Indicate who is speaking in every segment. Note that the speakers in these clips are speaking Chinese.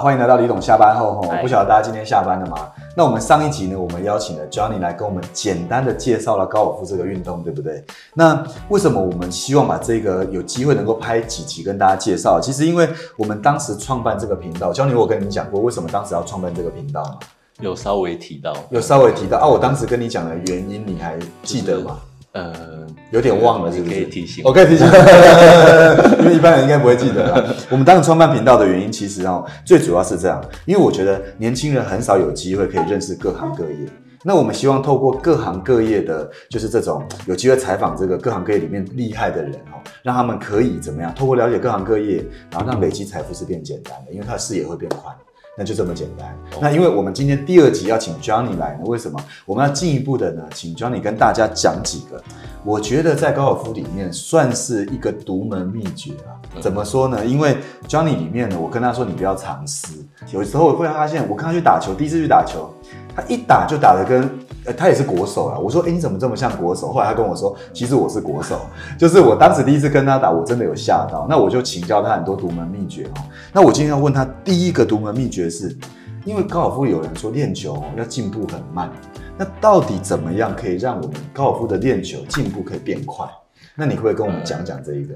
Speaker 1: 欢迎来到李董下班后哈，
Speaker 2: 嗨
Speaker 1: 不晓得大家今天下班了吗？那我们上一集呢，我们邀请了 Johnny 来跟我们简单的介绍了高尔夫这个运动，对不对？那为什么我们希望把这个有机会能够拍几集跟大家介绍？其实因为我们当时创办这个频道，Johnny 我有跟你们讲过为什么当时要创办这个频道吗？
Speaker 2: 有稍微提到，
Speaker 1: 有稍微提到啊，我当时跟你讲的原因，你还记得吗？
Speaker 2: 呃，
Speaker 1: 有点忘了是不
Speaker 2: 你
Speaker 1: 是
Speaker 2: 可以提醒
Speaker 1: 我
Speaker 2: 我。
Speaker 1: 哦可以提醒，因为一般人应该不会记得啦。我们当时创办频道的原因，其实哦，最主要是这样，因为我觉得年轻人很少有机会可以认识各行各业。那我们希望透过各行各业的，就是这种有机会采访这个各行各业里面厉害的人哦，让他们可以怎么样？透过了解各行各业，然后让累积财富是变简单的，因为他的视野会变宽。那就这么简单。那因为我们今天第二集要请 Johnny 来呢，为什么？我们要进一步的呢，请 Johnny 跟大家讲几个我觉得在高尔夫里面算是一个独门秘诀啊。怎么说呢？因为 Johnny 里面呢，我跟他说你不要藏私，有时候我会发现，我跟他去打球，第一次去打球，他一打就打得跟。呃，他也是国手啊。我说，哎、你怎么这么像国手？后来他跟我说，其实我是国手，就是我当时第一次跟他打，我真的有吓到。那我就请教他很多独门秘诀哦。那我今天要问他第一个独门秘诀是，因为高尔夫有人说练球哦要进步很慢，那到底怎么样可以让我们高尔夫的练球进步可以变快？那你可不可以跟我们讲讲这一个？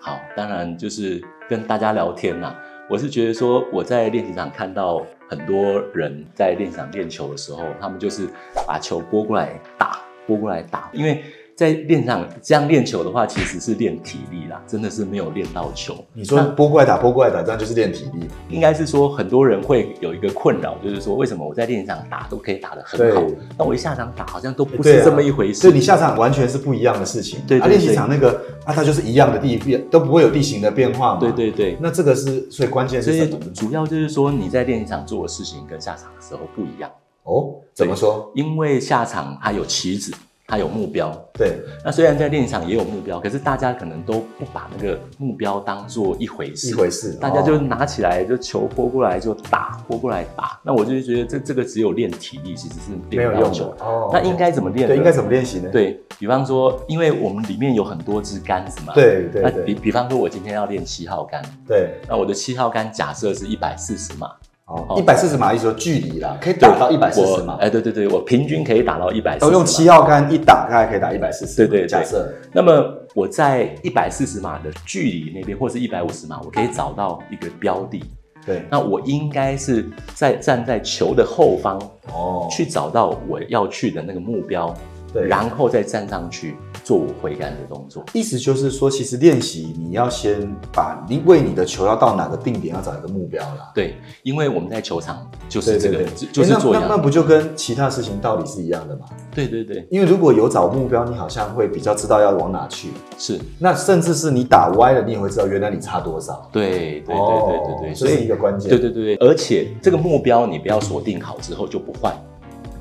Speaker 2: 好，当然就是跟大家聊天啦、我是觉得说，我在练习场看到很多人在练习场练球的时候，他们就是把球拨过来打，拨过来打。因为在练习场这样练球的话，其实是练体力啦，真的是没有练到球。
Speaker 1: 你说拨过来打，拨过来打，这样就是练体力。
Speaker 2: 应该是说很多人会有一个困扰，就是说为什么我在练习场打都可以打得很好
Speaker 1: 对，
Speaker 2: 那我一下场打好像都不
Speaker 1: 对
Speaker 2: 是
Speaker 1: 啊
Speaker 2: 这么一回事。
Speaker 1: 所以你下场完全是不一样的事情。
Speaker 2: 对对
Speaker 1: 啊，练习场那个啊，它就是一样的地变，都不会有地形的变化嘛。
Speaker 2: 对。对对，
Speaker 1: 那这个是，所以关键
Speaker 2: 所
Speaker 1: 是
Speaker 2: 以
Speaker 1: 什么呢？
Speaker 2: 主要就是说你在练习场做的事情跟下场的时候不一样，
Speaker 1: 哦，怎么说？
Speaker 2: 因为下场它有棋子，它有目标。
Speaker 1: 对，
Speaker 2: 那虽然在练习场也有目标，可是大家可能都不把那个目标当做一回事，
Speaker 1: 一回事。
Speaker 2: 大家就
Speaker 1: 哦
Speaker 2: 拿起来就球拨过来就打，拨过来打。那我就是觉得这这个只有练体力，其实是
Speaker 1: 没
Speaker 2: 练
Speaker 1: 有
Speaker 2: 不到
Speaker 1: 用
Speaker 2: 球
Speaker 1: 的。。哦
Speaker 2: 那应该怎么练呢？
Speaker 1: 对，应该怎么练习呢？
Speaker 2: 对比方说，因为我们里面有很多支杆子嘛，，
Speaker 1: 对对
Speaker 2: 那
Speaker 1: 对
Speaker 2: 比比方说，我今天要练七号杆，
Speaker 1: 对。
Speaker 2: 那我的七号杆假设是一百四十码，
Speaker 1: 哦，
Speaker 2: 哦
Speaker 1: 一百四十码一说距离啦，可以打到一百四十
Speaker 2: 我
Speaker 1: 码。
Speaker 2: 哎，对对对，我平均可以打到一百四
Speaker 1: 都
Speaker 2: 十。
Speaker 1: 用七。号杆一打，大概可以打一百四十。
Speaker 2: 对对对
Speaker 1: 假设
Speaker 2: 那么我在一百四十码的距离那边，或是一百五十码，我可以找到一个标的。
Speaker 1: 对
Speaker 2: 那我应该是在站在球的后方
Speaker 1: 哦，
Speaker 2: 去找到我要去的那个目标，
Speaker 1: 对。
Speaker 2: 然后再站上去做我挥杆的动作。
Speaker 1: 意思就是说，其实练习你要先把你为你的球要到哪个定点要找一个目标啦。
Speaker 2: 对，因为我们在球场就
Speaker 1: 对
Speaker 2: 是这
Speaker 1: 对
Speaker 2: 个，
Speaker 1: 对，
Speaker 2: 就就
Speaker 1: 诶
Speaker 2: 是
Speaker 1: 那
Speaker 2: 做一
Speaker 1: 那那
Speaker 2: 样。
Speaker 1: 不就跟其他事情道理是一样的吗？
Speaker 2: 对对对，
Speaker 1: 因为如果有找目标，你好像会比较知道要往哪去。
Speaker 2: 是，
Speaker 1: 那甚至是你打歪了，你也会知道原来你差多少。
Speaker 2: 对对对对
Speaker 1: 哦
Speaker 2: 对对，
Speaker 1: 这
Speaker 2: 所
Speaker 1: 是一
Speaker 2: 以
Speaker 1: 个关键。
Speaker 2: 对对对，而且这个目标你不要锁定好之后就不换，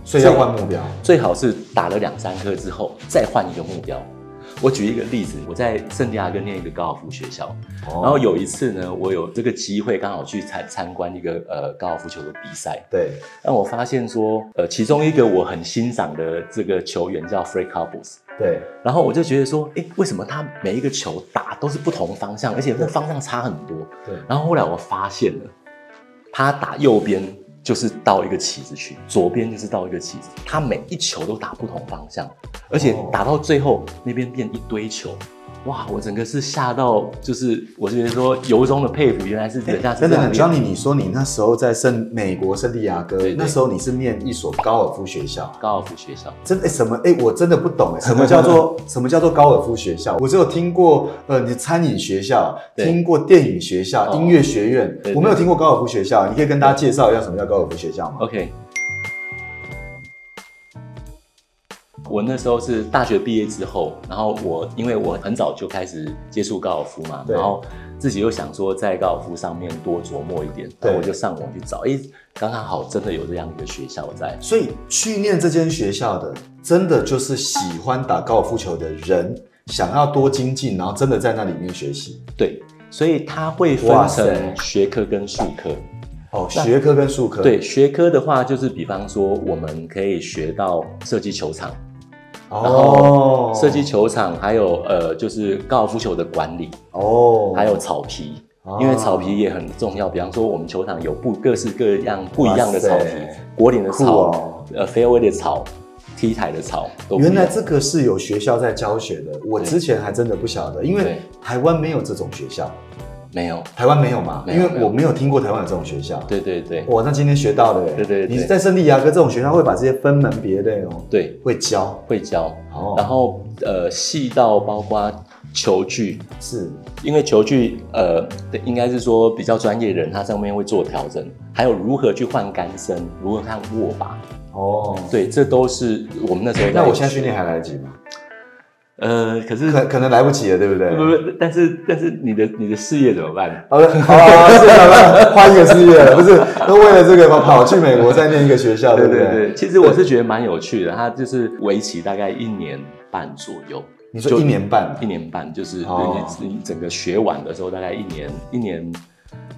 Speaker 1: 所以要换目标。哦
Speaker 2: 最好是打了两三颗之后再换一个目标。我举一个例子，我在圣地亚哥念一个高尔夫学校，然
Speaker 1: 然
Speaker 2: 后有一次呢，我有这个机会刚好去参参观一个呃高尔夫球的比赛，
Speaker 1: 对
Speaker 2: 那我发现说，呃，其中一个我很欣赏的这个球员叫 Frank Couples，
Speaker 1: 对
Speaker 2: 然后我就觉得说，诶，为什么他每一个球打都是不同方向，而且那方向差很多？
Speaker 1: 对，
Speaker 2: 然后后来我发现了，他打右边就是到一个旗子去，左边就是到一个旗子，他每一球都打不同方向，而且
Speaker 1: 哦
Speaker 2: 打到最后那边变一堆球。哇！我整个是吓到，就是我觉得说由衷的佩服，原来是人家是
Speaker 1: 等
Speaker 2: 这
Speaker 1: 等
Speaker 2: 样
Speaker 1: ，Johnny，
Speaker 2: 练。
Speaker 1: 你说你那时候在圣美国圣地亚哥
Speaker 2: 对对，
Speaker 1: 那时候你是念一所高尔夫学校，
Speaker 2: 高尔夫学校，
Speaker 1: 真的、诶什么？哎、我真的不 懂哎、什么叫做什么叫做高尔夫学校？我只有听过呃，你餐饮学校，
Speaker 2: 对
Speaker 1: 听过电影学校、
Speaker 2: 哦
Speaker 1: 音乐学院，
Speaker 2: 对对
Speaker 1: 我没有听过高尔夫学校。你可以跟大家介绍一下什么叫高尔夫学校吗？
Speaker 2: OK。我那时候是大学毕业之后，然后我因为我很早就开始接触高尔夫嘛，
Speaker 1: 对
Speaker 2: 然后自己又想说在高尔夫上面多琢磨一点，
Speaker 1: 对
Speaker 2: 然后我就上网去找，诶，刚刚好真的有这样一个学校在，
Speaker 1: 所以去念这间学校的，真的就是喜欢打高尔夫球的人，想要多精进，然后真的在那里面学习。
Speaker 2: 对，所以它会分
Speaker 1: 哇塞
Speaker 2: 成学科跟术科。
Speaker 1: 哦，学科跟术科，
Speaker 2: 对，学科的话，就是比方说我们可以学到设计球场，
Speaker 1: 哦
Speaker 2: 然后设计球场，还有呃，就是高尔夫球的管理，
Speaker 1: 哦，
Speaker 2: 还有草皮，
Speaker 1: 哦
Speaker 2: 因为草皮也很重要。比方说，我们球场有不各式各样不一样的草
Speaker 1: 哇
Speaker 2: 皮
Speaker 1: 塞，
Speaker 2: 果岭的草，
Speaker 1: 酷哦
Speaker 2: 呃，fairway 的草，T 台的草，都不一
Speaker 1: 原
Speaker 2: 样
Speaker 1: 来这个是有学校在教学的，我
Speaker 2: 对
Speaker 1: 之前还真的不晓得，因为
Speaker 2: 对
Speaker 1: 台湾没有这种学校，
Speaker 2: 没有。
Speaker 1: 台湾没有嘛，
Speaker 2: 没
Speaker 1: 因
Speaker 2: 有
Speaker 1: 为我没有听过台湾有这种学校。
Speaker 2: 对对对
Speaker 1: 哇，那今天学到了耶，
Speaker 2: 对对对
Speaker 1: 你在圣地亚哥这种学校会把这些分门别类哦，
Speaker 2: 对，
Speaker 1: 会教
Speaker 2: 会教。
Speaker 1: 哦
Speaker 2: 然后呃，细到包括球具，
Speaker 1: 是
Speaker 2: 因为球具呃，应该是说比较专业的人，他上面会做调整，还有如何去换杆身，如何看握把，
Speaker 1: 哦。
Speaker 2: 对，这都是我们那时候。
Speaker 1: 那我现在训练还来得及吗？
Speaker 2: 呃，可是
Speaker 1: 可可能来不及了，对不对？
Speaker 2: 不不，但是但是你的你的事业怎么办？
Speaker 1: 好了，好了，是啊了，换一个事业了，不是？都为了这个跑跑去美国再念一个学校，对不对？
Speaker 2: 对，其实我是觉得蛮有趣的，它就是为期大概一年半左右。
Speaker 1: 你说一年半啊
Speaker 2: 一年半就是
Speaker 1: 哦
Speaker 2: 你你整个学完的时候，大概一年一年，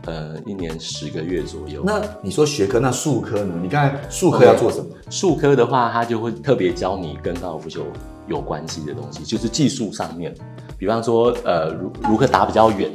Speaker 2: 呃，一年十个月左右。
Speaker 1: 那你说学科，那术科呢？你刚才术科要做什么？
Speaker 2: 术科的话，它就会特别教你跟高尔夫球有关系的东西，就是技术上面，比方说呃如如何打比较远，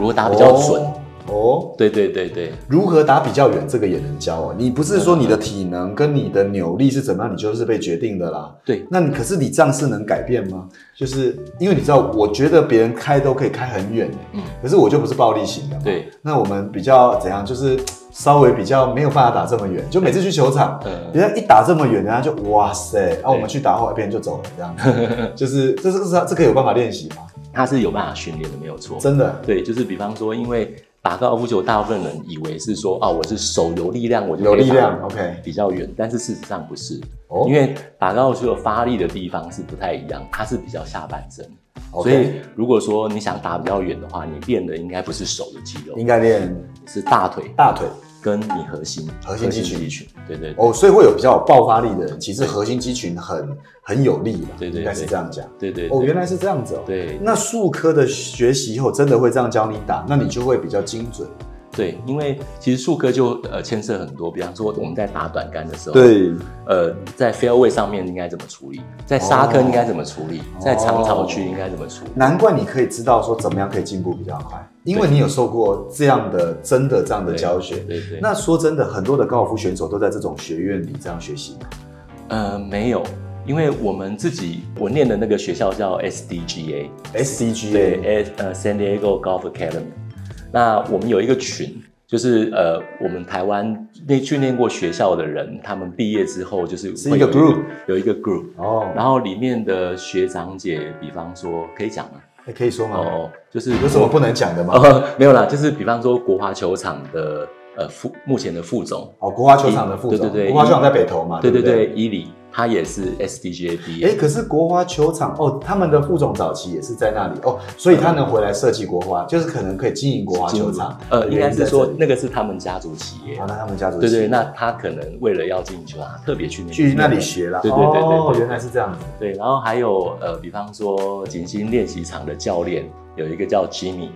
Speaker 2: 如何打比较准。
Speaker 1: 哦。
Speaker 2: 对对对对，
Speaker 1: 如何打比较远，这个也能教哦。你不是说你的体能跟你的扭力是怎么样，你就是被决定的啦。
Speaker 2: 对
Speaker 1: 那你可是你这样是能改变吗？就是因为你知道，我觉得别人开都可以开很远，嗯
Speaker 2: 嗯，
Speaker 1: 可是我就不是暴力型的嘛。
Speaker 2: 对，
Speaker 1: 那我们比较怎样，就是稍微比较没有办法打这么远，就每次去球场，
Speaker 2: 嗯
Speaker 1: 别人一打这么远，人家就哇塞，啊，我们去打后，别人就走了，这样子，就是这是这这个有办法练习吗？
Speaker 2: 它是有办法训练的，没有错。
Speaker 1: 真的，
Speaker 2: 对，就是比方说，因为打高尔夫球，大部分人以为是说啊，我是手有力量，我就
Speaker 1: 有
Speaker 2: 可以
Speaker 1: 力
Speaker 2: 打
Speaker 1: 量，OK
Speaker 2: 比较远，但是事实上不是，
Speaker 1: 哦
Speaker 2: 因为打高尔夫球发力的地方是不太一样，它是比较下半身。
Speaker 1: OK
Speaker 2: 所以，如果说你想打比较远的话，你练的应该不是手的肌肉
Speaker 1: 应，该练
Speaker 2: 是大腿
Speaker 1: 大腿
Speaker 2: 跟你核心
Speaker 1: 核心肌群
Speaker 2: 群。对对
Speaker 1: 哦，所以会有比较有爆发力的人，其实核心肌群很很有力啦，
Speaker 2: 对对对
Speaker 1: 应该是这样讲。
Speaker 2: 对对
Speaker 1: 哦，
Speaker 2: 对
Speaker 1: 原来是这样子哦。
Speaker 2: 对
Speaker 1: 那术科的学习以后真的会这样教你打，那你就会比较精准。
Speaker 2: 对，因为其实术科就呃牵涉很多，比方说我们在打短杆的时候，
Speaker 1: 对，
Speaker 2: 呃，在 fairway 上面应该怎么处理，在沙坑应该怎么处理，
Speaker 1: 哦
Speaker 2: 在长草区应该怎么处理。
Speaker 1: 难怪你可以知道说怎么样可以进步比较快，因为你有受过这样的真的这样的
Speaker 2: 对
Speaker 1: 教学。
Speaker 2: 对对，那
Speaker 1: 那说真的，很多的高尔夫选手都在这种学院里这样学习。
Speaker 2: 呃没有，因为我们自己我念的那个学校叫 SDGA，对
Speaker 1: SCGA，
Speaker 2: ，S 呃 San Diego Golf Academy。那我们有一个群，就是呃我们台湾那去念过学校的人，他们毕业之后就是
Speaker 1: 是
Speaker 2: 会
Speaker 1: 一个
Speaker 2: 有
Speaker 1: group
Speaker 2: 有一个 group，
Speaker 1: 哦，
Speaker 2: 然后里面的学长姐，比方说可以讲吗？
Speaker 1: 那可以说吗？
Speaker 2: 哦，就是
Speaker 1: 有什么不能讲的吗？
Speaker 2: 呃，没有啦，就是比方说国华球场的呃副目前的副总，
Speaker 1: 哦，国华球场的副总，
Speaker 2: 对对对
Speaker 1: 国华球场在北投嘛，
Speaker 2: 对
Speaker 1: 啊对
Speaker 2: 对
Speaker 1: 不对
Speaker 2: 对，伊里他也是 SDGA 毕
Speaker 1: 哎、
Speaker 2: 业，
Speaker 1: 可是国华球场哦，他们的副总早期也是在那里哦，所以他能回来设计国
Speaker 2: 嗯
Speaker 1: 华，就是可能可以经营国华球场。
Speaker 2: 呃，应该是
Speaker 1: 原
Speaker 2: 说
Speaker 1: 因在
Speaker 2: 那个是他们家族企业
Speaker 1: 这里，哦，那他们家族
Speaker 2: 对对，
Speaker 1: 企
Speaker 2: 那他可能为了要进球场，他特别去那
Speaker 1: 去那里学了。
Speaker 2: 对对对对
Speaker 1: 哦，
Speaker 2: 对
Speaker 1: 原来是这样子。
Speaker 2: 对，然后还有呃，比方说景星练习场的教练有一个叫 Jimmy，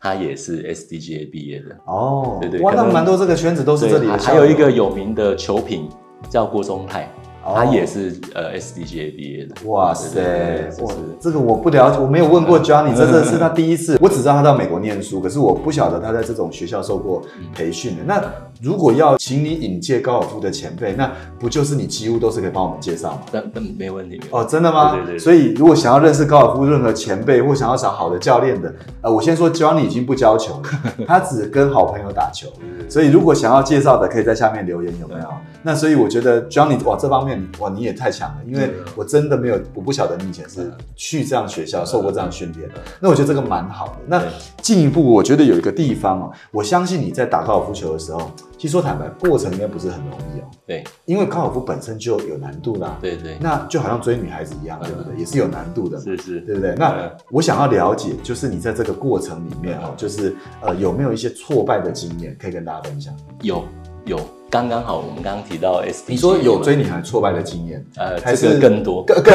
Speaker 2: 他也是 SDGA 毕业的，
Speaker 1: 哦，
Speaker 2: 对对
Speaker 1: 哇，
Speaker 2: 可
Speaker 1: 那
Speaker 2: 能
Speaker 1: 蛮多这个圈子都是
Speaker 2: 对
Speaker 1: 这里的
Speaker 2: 还
Speaker 1: 校
Speaker 2: 还
Speaker 1: 友。
Speaker 2: 有一个有名的球评叫郭宗泰，
Speaker 1: 哦
Speaker 2: 他也是呃 SDGA 毕业的，
Speaker 1: 哇塞
Speaker 2: 对对对，就
Speaker 1: 哇
Speaker 2: 是，嗯
Speaker 1: 这个我不了解，我没有问过 Johnny，这真的是他第一次。我只知道他到美国念书，可是我不晓得他在这种学校受过培训的。那如果要请你引介高尔夫的前辈，那不就是你几乎都是可以帮我们介绍吗？
Speaker 2: 但但没问题。没问题
Speaker 1: 哦，真的吗？
Speaker 2: 对对对对
Speaker 1: 所以如果想要认识高尔夫任何前辈，或想要找好的教练的，呃，我先说 Johnny 已经不教球了， 他只跟好朋友打球。所以如果想要介绍的，可以在下面留言有没有？那所以我觉得 Johnny 哇，这方面哇你也太强了，因为
Speaker 2: 对啊
Speaker 1: 我真的没有，我不晓得你以前是去这样学校受过这样训练。那我觉得这个蛮好的。那
Speaker 2: 对
Speaker 1: 进一步，我觉得有一个地方哦，我相信你在打高尔夫球的时候，其实说坦白，过程应该不是很容易哦，
Speaker 2: 对
Speaker 1: 因为高尔夫本身就有难度啦。
Speaker 2: 对对，嗯
Speaker 1: 那就好像追女孩子一样，对不对？也是有难度的嘛，
Speaker 2: 是是，
Speaker 1: 对不对？那
Speaker 2: 嗯
Speaker 1: 我想要了解，就是你在这个过程里面哦
Speaker 2: 嗯，
Speaker 1: 就是呃有没有一些挫败的经验可以跟大家分享？
Speaker 2: 有有，刚刚好，我们刚刚提到 S，
Speaker 1: 你说有追女孩挫败的经验，
Speaker 2: 呃，
Speaker 1: 还
Speaker 2: 这
Speaker 1: 是
Speaker 2: 个更多，
Speaker 1: 更更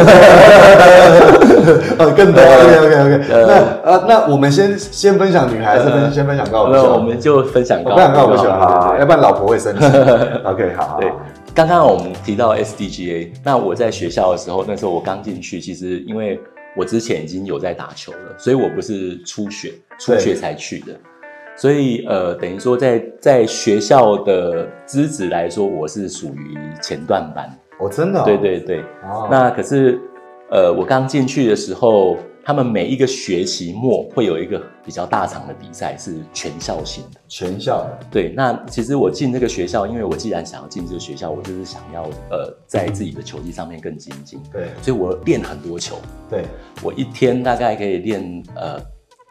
Speaker 2: 嗯
Speaker 1: 呃更多？OK OK OK。
Speaker 2: 呃
Speaker 1: 那呃那我们先先分享女孩，是分先分享高尔夫
Speaker 2: 那
Speaker 1: 球，
Speaker 2: 嗯我们就分享
Speaker 1: 我
Speaker 2: 高
Speaker 1: 分享高
Speaker 2: 尔
Speaker 1: 尔夫
Speaker 2: 夫
Speaker 1: 球，
Speaker 2: 就
Speaker 1: 好
Speaker 2: 好
Speaker 1: 好，
Speaker 2: 了
Speaker 1: 要不然老婆会生气。OK，好，好
Speaker 2: 对
Speaker 1: 好
Speaker 2: 刚刚我们提到 SDGA，那我在学校的时候，那时候我刚进去，其实因为我之前已经有在打球了，所以我不是初学，初学才去的。所以呃，等于说在在学校的资质来说，我是属于前段班。
Speaker 1: 哦，真的、哦，
Speaker 2: 对，对对。
Speaker 1: 哦，
Speaker 2: 那可是呃，我刚进去的时候，他们每一个学期末会有一个比较大场的比赛，是全校性的。
Speaker 1: 全校的，
Speaker 2: 对，那其实我进这个学校，因为我既然想要进这个学校，我就是想要呃，在自己的球技上面更精进，
Speaker 1: 对
Speaker 2: 所以我练很多球，
Speaker 1: 对，
Speaker 2: 我一天大概可以练呃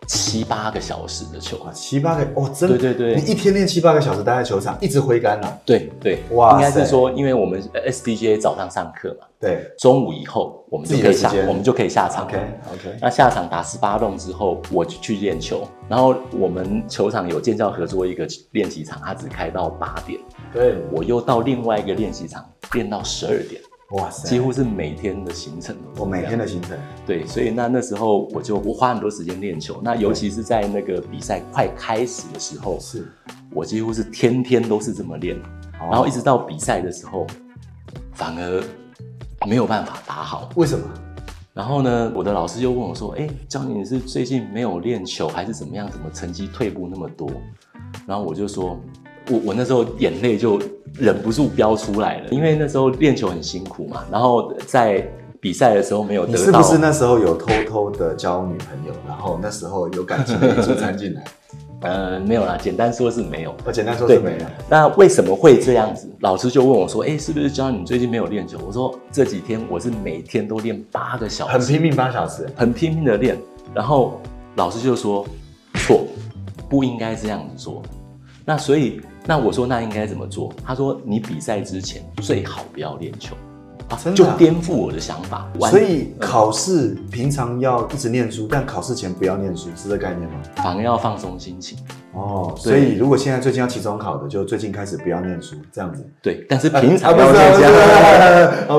Speaker 2: 七八个小时的球。
Speaker 1: 哇，七八个，哦，真的，
Speaker 2: 对对对
Speaker 1: 你一天练七八个小时，待在球场一直挥杆呐、
Speaker 2: 对对，
Speaker 1: 哇
Speaker 2: 应该
Speaker 1: 塞
Speaker 2: 是说，因为我们呃 SDGA 早上上课嘛，
Speaker 1: 对
Speaker 2: 中午以后我们就可以下
Speaker 1: 自己的时，间
Speaker 2: 我们就可以下场了。
Speaker 1: ，OK OK，
Speaker 2: 那下场打十八洞之后，我就去练球，然后我们球场有建教合作一个练习场，它只开到八点，
Speaker 1: 对，
Speaker 2: 我又到另外一个练习场练到十二点，
Speaker 1: 哇塞，
Speaker 2: 几乎是每天的行程都是这样。
Speaker 1: 我每天的行程，
Speaker 2: 对，所以那那时候我就我花很多时间练球，那尤其是在那个比赛快开始的时候，
Speaker 1: 是，
Speaker 2: 我几乎是天天都是这么练，
Speaker 1: 然
Speaker 2: 然后一直到比赛的时候，反而没有办法打好。
Speaker 1: 为什么？
Speaker 2: 然后呢，我的老师就问我说：“哎，教练，你是最近没有练球，还是怎么样？怎么成绩退步那么多？”然后我就说，我我那时候眼泪就忍不住飙出来了，因为那时候练球很辛苦嘛，然后在比赛的时候没有得
Speaker 1: 你
Speaker 2: 到，
Speaker 1: 是不是那时候有偷偷的交女朋友，然后那时候有感情的因素掺 进来？
Speaker 2: 呃，没有啦，简单说是没有。
Speaker 1: 我简单说是没有。
Speaker 2: 那为什么会这样子？老师就问我说：“哎、是不是教练你最近没有练球？”我说：“这几天我是每天都练八个小时，
Speaker 1: 很拼命八小时，
Speaker 2: 很拼命的练。”然后老师就说：“错，不应该这样子做。”那所以，那我说那应该怎么做？他说：“你比赛之前最好不要练球。”啊
Speaker 1: 真的
Speaker 2: 就
Speaker 1: 啊
Speaker 2: 颠覆我的想法。完
Speaker 1: 所以考试平常要一直念书，但考试前不要念书，是这概念吗？
Speaker 2: 反而要放松心情。
Speaker 1: 哦，
Speaker 2: 对
Speaker 1: 所以如果现在最近要期中考的，就最近开始不要念书，这样子。
Speaker 2: 对，但是平常
Speaker 1: 啊不
Speaker 2: 要
Speaker 1: 是
Speaker 2: 练
Speaker 1: 啊
Speaker 2: 这样。
Speaker 1: 不是啊不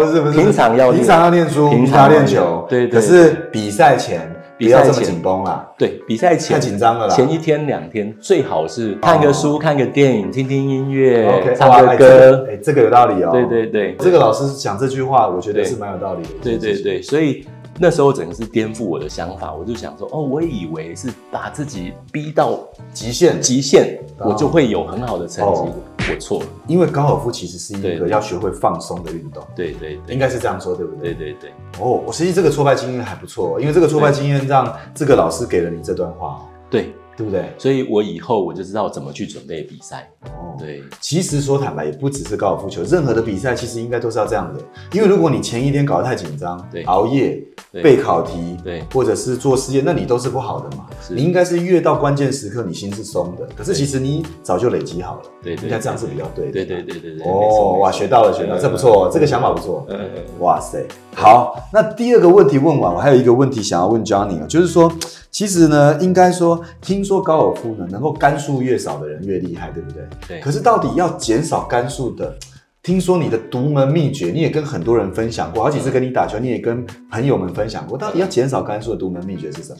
Speaker 1: 是啊不是，
Speaker 2: 平常要念
Speaker 1: 平常要念书，
Speaker 2: 平常
Speaker 1: 平常要练球，
Speaker 2: 对对
Speaker 1: 可是比赛前不
Speaker 2: 比赛
Speaker 1: 要
Speaker 2: 前
Speaker 1: 这么紧绷啦，
Speaker 2: 对，比赛
Speaker 1: 太
Speaker 2: 前
Speaker 1: 紧张了啦。哦
Speaker 2: 前一天两天最好是看个书、看个电影、听听音乐、
Speaker 1: OK，
Speaker 2: 唱
Speaker 1: 哇
Speaker 2: 个
Speaker 1: 哎这
Speaker 2: 歌
Speaker 1: 个。哎，这个有道理哦。
Speaker 2: 对对对
Speaker 1: 这个老师讲这句话，我觉得
Speaker 2: 对
Speaker 1: 是蛮有道理的。
Speaker 2: 对对，对，所以那时候整个是颠覆我的想法。我就想说，哦，我以为是把自己逼到
Speaker 1: 极限。
Speaker 2: 极限，
Speaker 1: 哦
Speaker 2: 我就会有很好的成绩
Speaker 1: 哦。
Speaker 2: 我错了。
Speaker 1: 因为高尔夫其实是一
Speaker 2: 对
Speaker 1: 个
Speaker 2: 对
Speaker 1: 要学会放松的运动，
Speaker 2: 对对对
Speaker 1: 应该是这样说，对不对
Speaker 2: 对？对对，
Speaker 1: 哦，我实际这个挫败经验还不错，因为这个挫败经验让这个老师给了你这段话，哦
Speaker 2: 对，
Speaker 1: 对不对？
Speaker 2: 所以我以后我就知道怎么去准备比赛。
Speaker 1: 哦，。
Speaker 2: 对
Speaker 1: 其实说坦白，也不只是高尔夫球，任何的比赛其实应该都是要这样的。因为如果你前一天搞得太紧张，
Speaker 2: 对
Speaker 1: 熬夜
Speaker 2: 对
Speaker 1: 背考题，
Speaker 2: 对
Speaker 1: 或者是做试验，那你都是不好的嘛。
Speaker 2: 是
Speaker 1: 你应该是越到关键时刻，你心是松的。可是其实你早就累积好了，
Speaker 2: 对对
Speaker 1: 应该这样是比较对的。
Speaker 2: 对对对对对，没错
Speaker 1: 哦，哇，学到了，学到了，这不。错，哦这个想法不错。
Speaker 2: 没错嗯嗯嗯。
Speaker 1: 哇塞，好，那第二个问题问完，我还有一个问题想要问 Johnny 哦，就是说，其实呢，应该说，听说高尔夫呢，能够杆数越少的人越厉害，对不对？
Speaker 2: 对
Speaker 1: 可是到底要减少杆数的，听说你的独门秘诀，你也跟很多人分享过，好几次跟你打球，你也跟朋友们分享过，到底要减少杆数的独门秘诀是什么？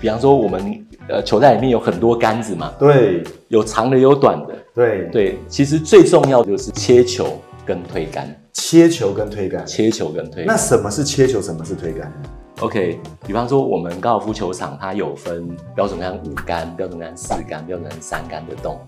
Speaker 2: 比方说我们呃球袋里面有很多杆子嘛，
Speaker 1: 对
Speaker 2: 有长的有短的。
Speaker 1: 对，
Speaker 2: 对，其实最重要的就是切球跟推杆，
Speaker 1: 切球跟推杆。
Speaker 2: 切球跟推
Speaker 1: 那
Speaker 2: 杆。
Speaker 1: 什么是切球？什么是推杆？
Speaker 2: OK，比方说我们高尔夫球场它有分标准杆五杆、标准杆四杆、标准杆三杆的洞。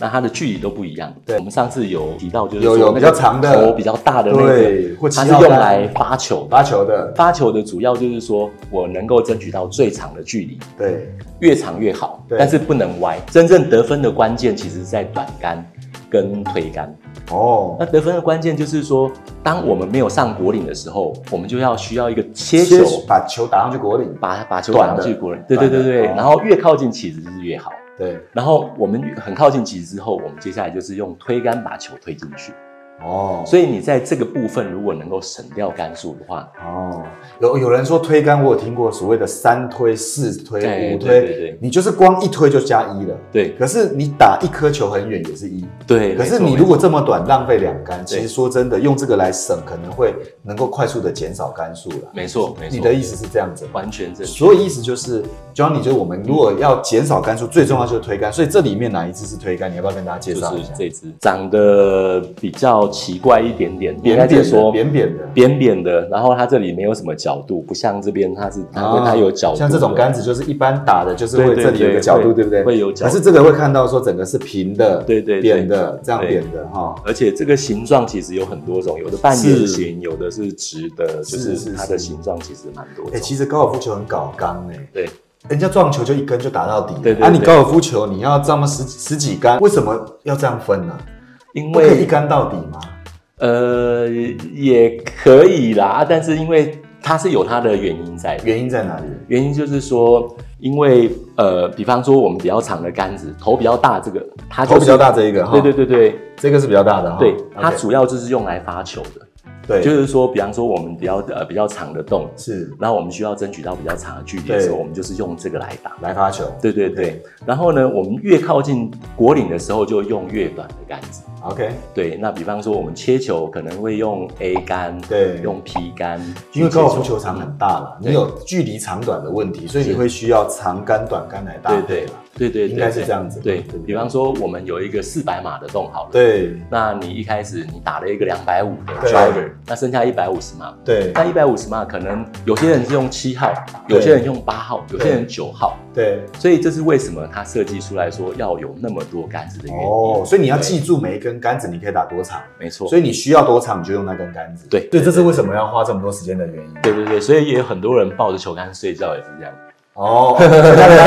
Speaker 2: 那它的距离都不一样。
Speaker 1: 对
Speaker 2: 我们上次有提到，就是
Speaker 1: 有有
Speaker 2: 说那
Speaker 1: 比较
Speaker 2: 个
Speaker 1: 长的
Speaker 2: 头比较大的那
Speaker 1: 对或
Speaker 2: 个，它
Speaker 1: 七
Speaker 2: 是
Speaker 1: 号
Speaker 2: 用
Speaker 1: 杆
Speaker 2: 来发球的。
Speaker 1: 发球的，
Speaker 2: 发球的主要就是说我能够争取到最长的距离，
Speaker 1: 对，
Speaker 2: 越长越好，
Speaker 1: 对
Speaker 2: 但是不能歪。真正得分的关键其实是在短杆跟推杆。
Speaker 1: 哦
Speaker 2: 那，得分的关键就是说，当我们没有上果岭的时候，我们就要需要一个切球，
Speaker 1: 把球打上去果岭，
Speaker 2: 把把球打上去果岭。对对对对，
Speaker 1: 短的哦
Speaker 2: 然后越靠近起子是越好。
Speaker 1: 对，
Speaker 2: 然后我们很靠近起子之后，我们接下来就是用推杆把球推进去。
Speaker 1: 哦，
Speaker 2: 所以你在这个部分如果能够省掉杆数的话，
Speaker 1: 哦，有有人说推杆，我有听过所谓的三推、四推、
Speaker 2: 对
Speaker 1: 五推，
Speaker 2: 对对对
Speaker 1: 你就是光一推就加一了。
Speaker 2: 对
Speaker 1: 可是你打一颗球很远也是一，
Speaker 2: 对，
Speaker 1: 可是
Speaker 2: 没错
Speaker 1: 你如果这么短浪费两杆，
Speaker 2: 对
Speaker 1: 其实说真的，用这个来省可能会能够快速的减少杆数了。
Speaker 2: 没错没错，
Speaker 1: 你的意思是这样子吗？
Speaker 2: 完全正确。
Speaker 1: 所以意思就是，Johnny，就是我们如果要减少杆数，最重要就是推杆。所以这里面哪一支是推杆？你要不要跟大家介
Speaker 2: 就
Speaker 1: 绍
Speaker 2: 是
Speaker 1: 一下？
Speaker 2: 这只长得比较奇怪一点点，应
Speaker 1: 扁
Speaker 2: 该
Speaker 1: 扁
Speaker 2: 是
Speaker 1: 的，
Speaker 2: 说
Speaker 1: 扁扁的，
Speaker 2: 扁扁的，然后它这里没有什么角度，不像这边它是它会、
Speaker 1: 啊
Speaker 2: 它有角度的，
Speaker 1: 像这种杆子就是一般打的，就是
Speaker 2: 对
Speaker 1: 会
Speaker 2: 对
Speaker 1: 这里有一个
Speaker 2: 对
Speaker 1: 角度，
Speaker 2: 会
Speaker 1: 对不对？
Speaker 2: 会有角
Speaker 1: 可是这个会看到说整个是平的，
Speaker 2: 对对对
Speaker 1: 扁的这样
Speaker 2: 对
Speaker 1: 扁的哈。
Speaker 2: 而且这个形状其实有很多种，有的半圆形，有的是直的，就是是它的形状其实蛮多
Speaker 1: 哎，
Speaker 2: 种。
Speaker 1: 其实高尔夫球很搞刚哎，
Speaker 2: 对，
Speaker 1: 人家撞球就一根就打到底了，
Speaker 2: 对对
Speaker 1: 啊，你
Speaker 2: 对
Speaker 1: 高尔夫球你要这么十十几杆，为什么要这样分呢？
Speaker 2: 因
Speaker 1: 不可以一
Speaker 2: 为
Speaker 1: 杆到底吗？
Speaker 2: 呃也可以啦，但是因为它是有它的原因在的，
Speaker 1: 原因在哪里？
Speaker 2: 原因就是说，因为呃，比方说我们比较长的杆子，头比较大，这个它、就是、
Speaker 1: 头比较大这一个哈，
Speaker 2: 对对对对
Speaker 1: 这个是比较大的哈，
Speaker 2: 对
Speaker 1: OK，
Speaker 2: 它主要就是用来发球的，
Speaker 1: 对
Speaker 2: 就是说，比方说我们比较呃比较长的洞，
Speaker 1: 是
Speaker 2: 然后我们需要争取到比较长的距离的时候，
Speaker 1: 对
Speaker 2: 我们就是用这个来打。
Speaker 1: 来发球
Speaker 2: 对对对，然后呢，我们越靠近果岭的时候，就用越短的杆子。
Speaker 1: ，OK，
Speaker 2: 对，那比方说我们切球可能会用 A 杆，
Speaker 1: 对
Speaker 2: 用 P 杆，
Speaker 1: 因为
Speaker 2: 去切
Speaker 1: 高尔夫球场很大了，
Speaker 2: 对
Speaker 1: 你有距离长短的问题，所以你
Speaker 2: 是
Speaker 1: 会需要长杆、短杆来搭
Speaker 2: 对
Speaker 1: 配
Speaker 2: 对
Speaker 1: 啦
Speaker 2: 对对对，
Speaker 1: 应该是这样子
Speaker 2: 对
Speaker 1: 对对，
Speaker 2: 比方说我们有一个四百码的洞好了，，
Speaker 1: 对
Speaker 2: 那你一开始你打了一个两百五的
Speaker 1: 对
Speaker 2: driver，那剩下一百五十码，
Speaker 1: 对
Speaker 2: 那一百五十码可能有些人是用七号，
Speaker 1: 对
Speaker 2: 有些人用八号，有些人九号，
Speaker 1: 对
Speaker 2: 所以这是为什么它设计出来说要有那么多杆子的原因。
Speaker 1: 哦，所以你要
Speaker 2: 对，
Speaker 1: 记住每一根杆子你可以打多长，
Speaker 2: 没错
Speaker 1: 所。以你需要多长你就用那根杆子。
Speaker 2: 对
Speaker 1: 对，这是为什么要花这么多时间的 原因。
Speaker 2: 对对对，所以也有很多人抱着球杆睡觉也是这样，
Speaker 1: 哦，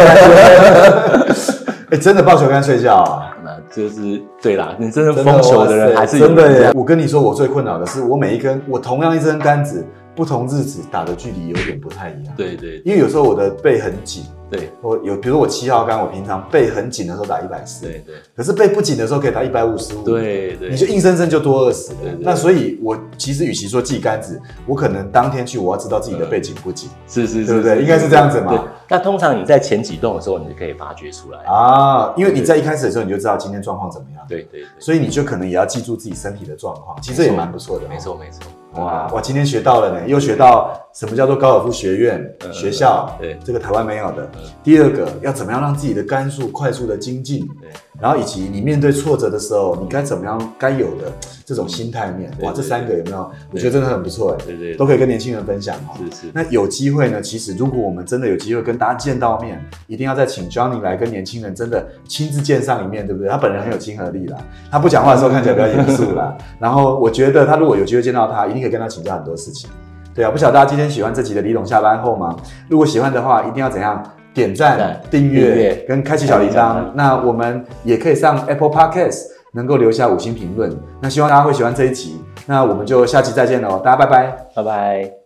Speaker 1: 哎，真的抱球杆睡觉 啊？
Speaker 2: 那就是对啦，你真的
Speaker 1: 真的
Speaker 2: 疯球的人
Speaker 1: 哇塞
Speaker 2: 还是有
Speaker 1: 真
Speaker 2: 人这
Speaker 1: 的耶
Speaker 2: 样。。
Speaker 1: 我跟你说，我最困扰的是，我每一根我同样一根杆子，不同日子打的距离有点不太一样。，
Speaker 2: 对对
Speaker 1: 因为有时候我的背很紧，
Speaker 2: 对
Speaker 1: 我有，比如我七号杆，我平常背很紧的时候打一百四，
Speaker 2: 对对
Speaker 1: 可是背不紧的时候可以打一百五十五，，
Speaker 2: 对对，
Speaker 1: 你就硬生生就多二十
Speaker 2: 对对。对
Speaker 1: 那所以，我其实与其说记杆子，我可能当天去我要知道自己的背紧不紧
Speaker 2: 是是是，
Speaker 1: 对不对应该是这样子嘛
Speaker 2: 对。那通常你在前几动的时候，你就可以发掘出来。
Speaker 1: 啊，因为你在一开始的时候你就知道今天状况怎么样，
Speaker 2: 对对对，
Speaker 1: 所以你就可能也要记住自己身体的状况，其实这也蛮不错的，哦
Speaker 2: 没。错啊没错。
Speaker 1: 哇，我今天学到了呢，又学到什么叫做高尔夫学院、
Speaker 2: 嗯
Speaker 1: 学校，
Speaker 2: 对
Speaker 1: 这个台湾没有的
Speaker 2: 嗯。
Speaker 1: 第二个，要怎么样让自己的杆数快速的精进，
Speaker 2: 对，
Speaker 1: 然后以及你面对挫折的时候，你该怎么样该有的这种心态面，
Speaker 2: 对
Speaker 1: 哇，
Speaker 2: 对
Speaker 1: 这三个有没有？我
Speaker 2: 对
Speaker 1: 觉得真的很不错哎，
Speaker 2: 对对对
Speaker 1: 都可以跟年轻人分享哦。
Speaker 2: 是是。
Speaker 1: 那有机会呢，其实如果我们真的有机会跟大家见到面，一定要再请 Johnny 来跟年轻人真的亲自见上一面，对不对？他本人很有亲和力啦，他不讲话的时候看起来比较严肃啦。然后我觉得他如果有机会见到他，一定可以跟他请教很多事情。对啊，不晓得大家今天喜欢这集的李董下班后吗？如果喜欢的话，一定要怎样？点赞
Speaker 2: 赞、
Speaker 1: 订
Speaker 2: 订
Speaker 1: 阅
Speaker 2: 阅
Speaker 1: 跟开启小铃
Speaker 2: 开启小铃
Speaker 1: 铛
Speaker 2: 铛。
Speaker 1: 那我们也可以上 Apple Podcast 能够留下五星评论。那希望大家会喜欢这一集。那我们就下期再见喽，大家拜拜。
Speaker 2: 拜拜。